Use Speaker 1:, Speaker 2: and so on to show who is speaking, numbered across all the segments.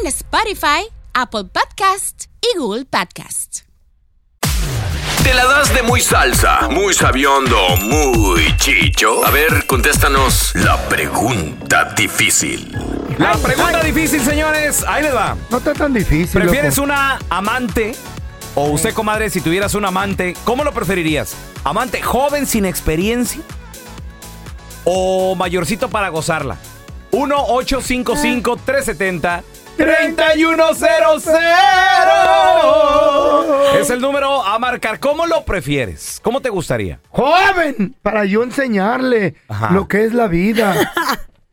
Speaker 1: en Spotify, Apple Podcast y Google Podcast.
Speaker 2: ¿Te la das de muy salsa, muy sabiondo, muy chicho? A ver, contéstanos la pregunta difícil.
Speaker 3: La pregunta difícil, señores, ahí les va.
Speaker 4: No está tan difícil.
Speaker 3: ¿Prefieres
Speaker 4: loco.
Speaker 3: una amante o usted, comadre, si tuvieras un amante, ¿cómo lo preferirías? ¿Amante joven sin experiencia o mayorcito para gozarla? 1-855-370-3100 Es el número a marcar. ¿Cómo lo prefieres? ¿Cómo te gustaría?
Speaker 4: joven para yo enseñarle
Speaker 3: Ajá.
Speaker 4: lo que es la vida.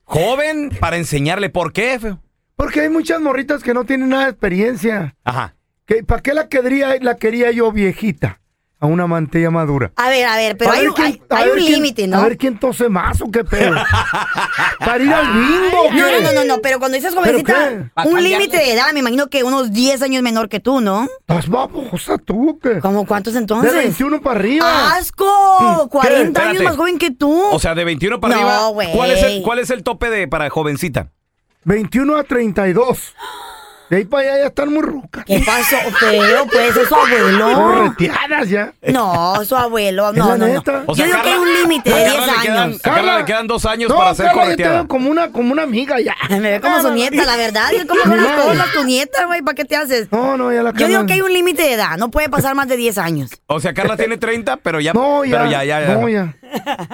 Speaker 3: ¿Joven para enseñarle por qué, feo?
Speaker 4: Porque hay muchas morritas que no tienen nada de experiencia.
Speaker 3: Ajá.
Speaker 4: ¿Qué- ¿Para qué la quería, la quería yo viejita? A una mantilla madura.
Speaker 5: A ver, a ver, pero
Speaker 4: A
Speaker 5: hay,
Speaker 4: ver quién-
Speaker 5: hay-
Speaker 4: a
Speaker 5: hay
Speaker 4: ver
Speaker 5: un
Speaker 4: quién-
Speaker 5: límite, ¿no?
Speaker 4: A ver quién tose más o qué pedo. ¿Para ir al bingo? o
Speaker 5: No,
Speaker 4: qué?
Speaker 5: no, no, no, no, pero cuando dices jovencita,
Speaker 3: qué?
Speaker 5: un límite de edad, me imagino que unos 10 años menor que tú, ¿no?
Speaker 4: ¿Estás babosa tú que
Speaker 5: ¿Como cuántos
Speaker 4: De
Speaker 5: entonces?
Speaker 4: 21 para arriba.
Speaker 5: Ah. ¡Asco! 40 años
Speaker 3: Espérate.
Speaker 5: más joven que tú.
Speaker 3: O sea, de 21 para
Speaker 5: No,
Speaker 3: arriba.
Speaker 5: güey.
Speaker 3: ¿Cuál es el cuál es el tope de para jovencita?
Speaker 4: 21 a 32. De ahí para allá ya están muy rucas.
Speaker 5: ¿Qué pasó? Pero pues es su abuelo.
Speaker 4: Reteadas ya.
Speaker 5: No, su abuelo. No,
Speaker 4: la
Speaker 5: no, no.
Speaker 4: neta.
Speaker 3: O
Speaker 5: Yo
Speaker 3: sea,
Speaker 5: digo que hay
Speaker 3: Carla-
Speaker 5: un límite de
Speaker 3: a
Speaker 5: 10
Speaker 3: Carla le quedan-
Speaker 5: años.
Speaker 3: a Carla le quedan dos años
Speaker 4: No,
Speaker 3: para ser
Speaker 4: Carla, yo te
Speaker 3: correteada.
Speaker 4: veo como una, como una amiga ya.
Speaker 5: Me ve como su nieta, la verdad. Yo como
Speaker 4: Ni
Speaker 5: con las
Speaker 4: madre.
Speaker 5: cosas, tu nieta, güey, ¿para qué te haces?
Speaker 4: No, no, ya la
Speaker 5: Yo digo
Speaker 4: Carla-
Speaker 5: que hay un límite de edad, no puede pasar más de 10 años.
Speaker 3: O sea, Carla tiene 30, pero ya.
Speaker 4: No, ya.
Speaker 3: pero ya, ya, ya.
Speaker 4: No, ya.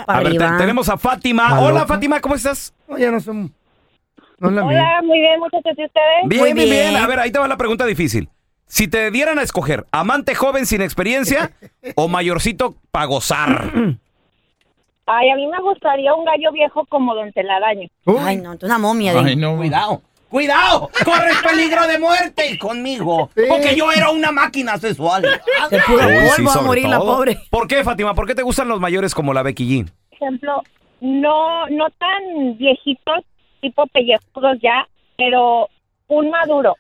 Speaker 3: A ver, te-
Speaker 5: Arriba.
Speaker 3: tenemos a Fátima.
Speaker 4: Está
Speaker 3: Hola,
Speaker 4: loca.
Speaker 3: Fátima, ¿cómo estás?
Speaker 4: No, ya no somos. No es la mía.
Speaker 6: Hola, muy bien, muchachos, ¿y ustedes?
Speaker 3: Bien, bien, bien,
Speaker 5: bien.
Speaker 3: A ver, ahí te va la pregunta difícil. Si te dieran a escoger amante joven sin experiencia o mayorcito para gozar.
Speaker 6: Ay, a mí me gustaría un gallo viejo como Don Telaraño.
Speaker 4: Uy,
Speaker 5: Ay, no, tú una momia. digo.
Speaker 3: Cuidado. Cuidado, corres peligro de muerte conmigo,
Speaker 4: Sí. porque
Speaker 3: yo era una máquina sexual.
Speaker 5: Se pudo polvo a
Speaker 3: sobre
Speaker 5: morir la
Speaker 3: todo.
Speaker 5: pobre.
Speaker 3: ¿Por qué, Fátima? ¿Por qué te gustan los mayores como la Becky G?
Speaker 6: Por ejemplo, no, no tan viejitos, tipo pellejudos ya, pero un maduro.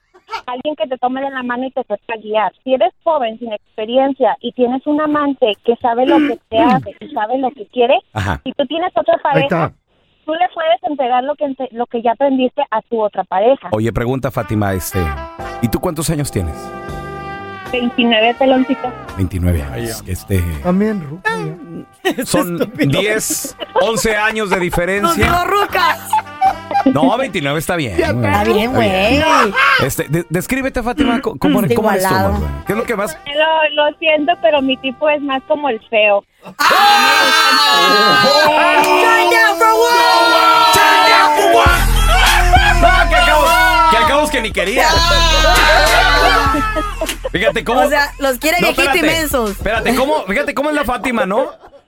Speaker 6: Alguien que te tome de la mano y te sepa guiar. Si eres joven, sin experiencia, y tienes un amante que sabe lo que te hace y sabe lo que quiere,
Speaker 3: Ajá.
Speaker 6: y tú tienes otra
Speaker 4: Mm. ahí
Speaker 6: pareja,
Speaker 4: está.
Speaker 6: tú le puedes entregar lo que, ente- lo que ya aprendiste a tu otra pareja.
Speaker 3: Oye, pregunta Fátima, este, ¿y tú cuántos años tienes?
Speaker 6: 29 peloncitos.
Speaker 3: 29 años. Este,
Speaker 4: También ruca. ya.
Speaker 3: son 10, 11 años de
Speaker 5: Nos
Speaker 3: diferencia.
Speaker 5: dio rucas.
Speaker 3: No, 29 está bien.
Speaker 5: Está bien, güey.
Speaker 3: Este, de- descríbete, Fátima, co- ¿cómo, eres- cómo eres tú,
Speaker 5: Igualado.
Speaker 3: amor, güey? ¿Qué es lo que más?
Speaker 6: Lo, lo siento, pero mi tipo es más como el feo.
Speaker 5: Turn down for what?
Speaker 3: No, Ah, que acabos, que acabos que ni quería. Fíjate cómo.
Speaker 5: O sea, los quiere
Speaker 3: No,
Speaker 5: viejitos
Speaker 3: espérate,
Speaker 5: inmensos.
Speaker 3: Espérate, ¿cómo? Fíjate cómo es la Fátima, ¿no?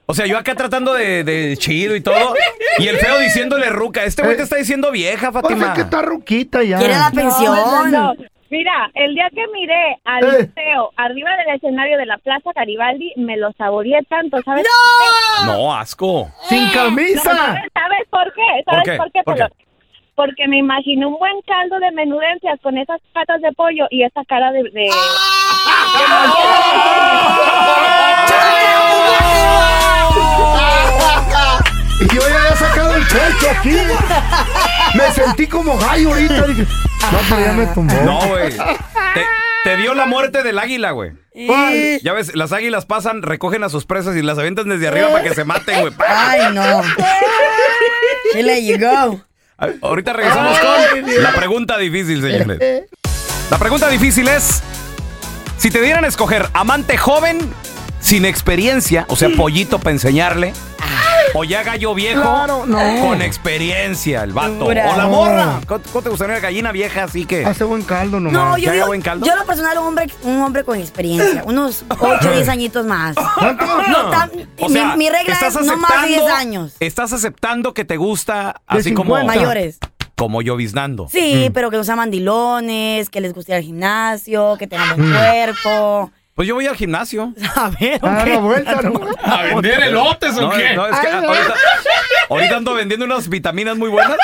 Speaker 3: O sea, yo acá tratando de, de chido y todo. Y el feo diciéndole ruca. Este güey te está diciendo vieja,
Speaker 4: Pues
Speaker 3: Fátima.
Speaker 4: es que está ruquita ya.
Speaker 5: Quiere la
Speaker 6: No,
Speaker 5: pensión.
Speaker 6: no, no. Mira, el día que miré al
Speaker 4: Eh.
Speaker 6: feo arriba del escenario de la Plaza Garibaldi, me lo saboreé tanto, ¿sabes? Eh,
Speaker 3: No, asco.
Speaker 4: Sin camisa.
Speaker 6: ¿Sabes, sabes por qué?
Speaker 3: ¿Por
Speaker 6: ¿Sabes
Speaker 3: qué?
Speaker 6: por qué?
Speaker 3: ¿Por qué?
Speaker 6: Pelón? Porque me imaginé un buen caldo de menudencias con esas patas de pollo y esa cara de... de-
Speaker 4: Y yo ya había sacado el pecho aquí. Me sentí como gallo ahorita. Dije, no, pero ya me tumbó.
Speaker 3: No, güey. Te, te dio la muerte del águila, güey. Ya ves, las águilas pasan, recogen a sus presas y las avientan desde arriba para que se maten, güey. Pa.
Speaker 5: Ay, no. Here you go.
Speaker 3: A- Ahorita regresamos con la pregunta difícil, señores. La pregunta difícil es: si te dieran a escoger amante joven sin experiencia, o sea, pollito para enseñarle, o ya gallo viejo
Speaker 4: Claro, no.
Speaker 3: con experiencia, el vato,
Speaker 5: Bravo.
Speaker 3: o la morra. ¿Cómo cómo te gustaría una gallina vieja así que?
Speaker 4: Hace buen caldo nomás.
Speaker 5: No,
Speaker 3: ¿Que
Speaker 5: yo
Speaker 3: haga
Speaker 5: digo,
Speaker 3: buen caldo?
Speaker 5: yo lo personal un hombre, un hombre con experiencia, unos 8 o 10 añitos más.
Speaker 4: ¿Cuánto?
Speaker 5: No, tan-
Speaker 3: O
Speaker 5: mi-
Speaker 3: sea,
Speaker 5: mi, regla
Speaker 3: estás
Speaker 5: es no más de 10
Speaker 3: aceptando- Eh,
Speaker 5: años.
Speaker 3: Estás aceptando que te gusta así como,
Speaker 4: 50.
Speaker 5: Mayores.
Speaker 3: como lloviznando.
Speaker 5: Sí, pero que usan mandilones, que les guste ir al gimnasio, que tengan
Speaker 3: Mm.
Speaker 5: buen cuerpo.
Speaker 3: Pues yo voy al gimnasio.
Speaker 5: A ver,
Speaker 4: A
Speaker 5: hombre.
Speaker 4: Ah, la vuelta, ¿no?
Speaker 7: ¿A vender elotes o
Speaker 3: No,
Speaker 7: qué?
Speaker 3: no, es que ahorita, ahorita ando vendiendo unas vitaminas muy buenas.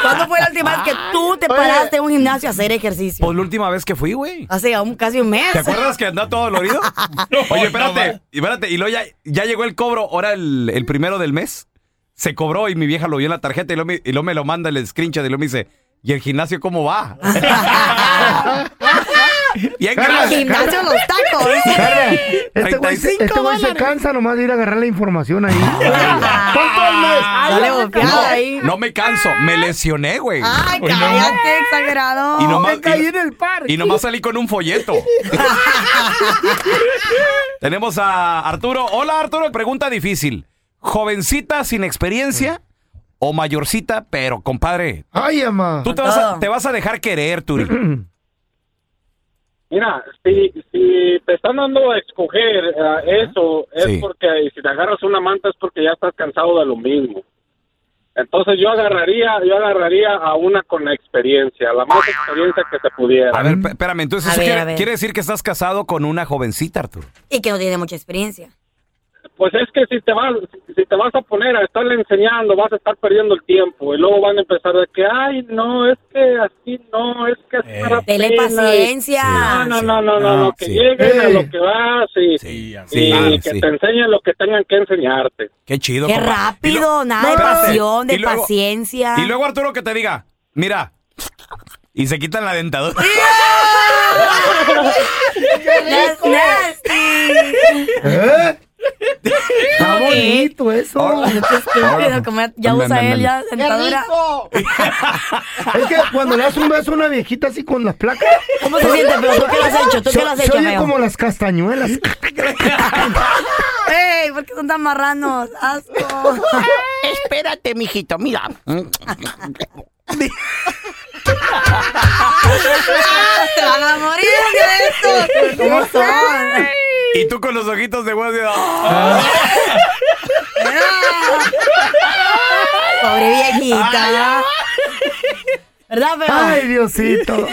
Speaker 5: ¿Cuándo fue la última vez que tú te paraste en un gimnasio a hacer ejercicio?
Speaker 3: Pues la última vez que fui, güey.
Speaker 5: Hace un, casi un mes.
Speaker 3: ¿Te acuerdas que andaba todo dolorido? Oye,
Speaker 7: no,
Speaker 3: espérate,
Speaker 7: va.
Speaker 3: y espérate. Y luego ya, ya llegó el cobro, ahora el, el primero del mes. Se cobró y mi vieja lo vio en la tarjeta y luego, me- y luego me lo manda el screenshot y luego me dice, ¿y el gimnasio cómo va? Bien,
Speaker 5: Al
Speaker 3: gracias.
Speaker 5: gimnasio los tacos.
Speaker 4: Carla, Este güey se,
Speaker 3: 35
Speaker 4: este güey se
Speaker 3: dólares.
Speaker 4: cansa nomás de ir a agarrar la información ahí.
Speaker 5: Sale bofiada ahí.
Speaker 3: No me canso, me lesioné, güey.
Speaker 5: Ay, cállate, exagerado.
Speaker 3: Y nomás,
Speaker 4: Ah, caí
Speaker 3: y-
Speaker 4: en el parque.
Speaker 3: Y nomás salí con un folleto. Tenemos a Arturo. Hola, Arturo. Pregunta difícil. ¿Jovencita sin experiencia o mayorcita? Pero, compadre,
Speaker 4: Ay, ama.
Speaker 3: tú te vas a, te vas a dejar querer, Turi.
Speaker 8: Mira, si, si te están dando a escoger ah, eso, es
Speaker 3: Sí.
Speaker 8: porque si te agarras una manta es porque ya estás cansado de lo mismo. Entonces yo agarraría, yo agarraría a una con experiencia, la más experiencia que se pudiera.
Speaker 3: A ver, pe- espérame. Entonces,
Speaker 5: A
Speaker 3: eso
Speaker 5: ver,
Speaker 3: quiere,
Speaker 5: a ver.
Speaker 3: quiere decir que estás casado con una jovencita, Arturo.
Speaker 5: Y que no tiene mucha experiencia.
Speaker 8: Pues es que si te vas, si te vas a poner a estarle enseñando, vas a estar perdiendo el tiempo y luego van a empezar de que, ay, no, es que así no, es que así para
Speaker 5: Dele
Speaker 8: pena".
Speaker 5: paciencia.
Speaker 8: No, no, no, no, no, no, que
Speaker 3: Eh. Ah, sí.
Speaker 8: lleguen a
Speaker 4: Ey.
Speaker 8: lo que vas y,
Speaker 3: Sí,
Speaker 8: y
Speaker 3: claro,
Speaker 8: que
Speaker 3: sí.
Speaker 8: te enseñen lo que tengan que enseñarte.
Speaker 3: Qué chido.
Speaker 5: Qué
Speaker 3: compadre.
Speaker 5: rápido,
Speaker 3: Y lo-
Speaker 5: nada de
Speaker 3: espérate.
Speaker 5: pasión, de
Speaker 3: Y luego-
Speaker 5: paciencia.
Speaker 3: Y luego Arturo que te diga, mira, y se quitan la dentadura.
Speaker 5: Nas- nasty.
Speaker 4: ¿Eh? Está bonito eso.
Speaker 5: Pero como ya- ya
Speaker 3: Anda,
Speaker 5: usa
Speaker 3: anda,
Speaker 5: él, ya sentadura.
Speaker 4: Es que cuando le das un beso a una viejita así con las placas,
Speaker 5: ¿Cómo se siente? Pero tú qué lo has hecho, tú
Speaker 4: se,
Speaker 5: qué lo has
Speaker 4: se
Speaker 5: hecho,
Speaker 4: oye
Speaker 5: feo?
Speaker 4: como las castañuelas.
Speaker 5: ¡Ey! ¿Por qué son tan marranos? ¡Asco!
Speaker 3: Espérate, mijito, mira.
Speaker 5: ¡Te van a morir de esto! ¿Cómo son?
Speaker 3: Y tú con los ojitos de huevo.
Speaker 5: Pobre viejita. ¿Verdad, feo?
Speaker 4: Ay, Diosito.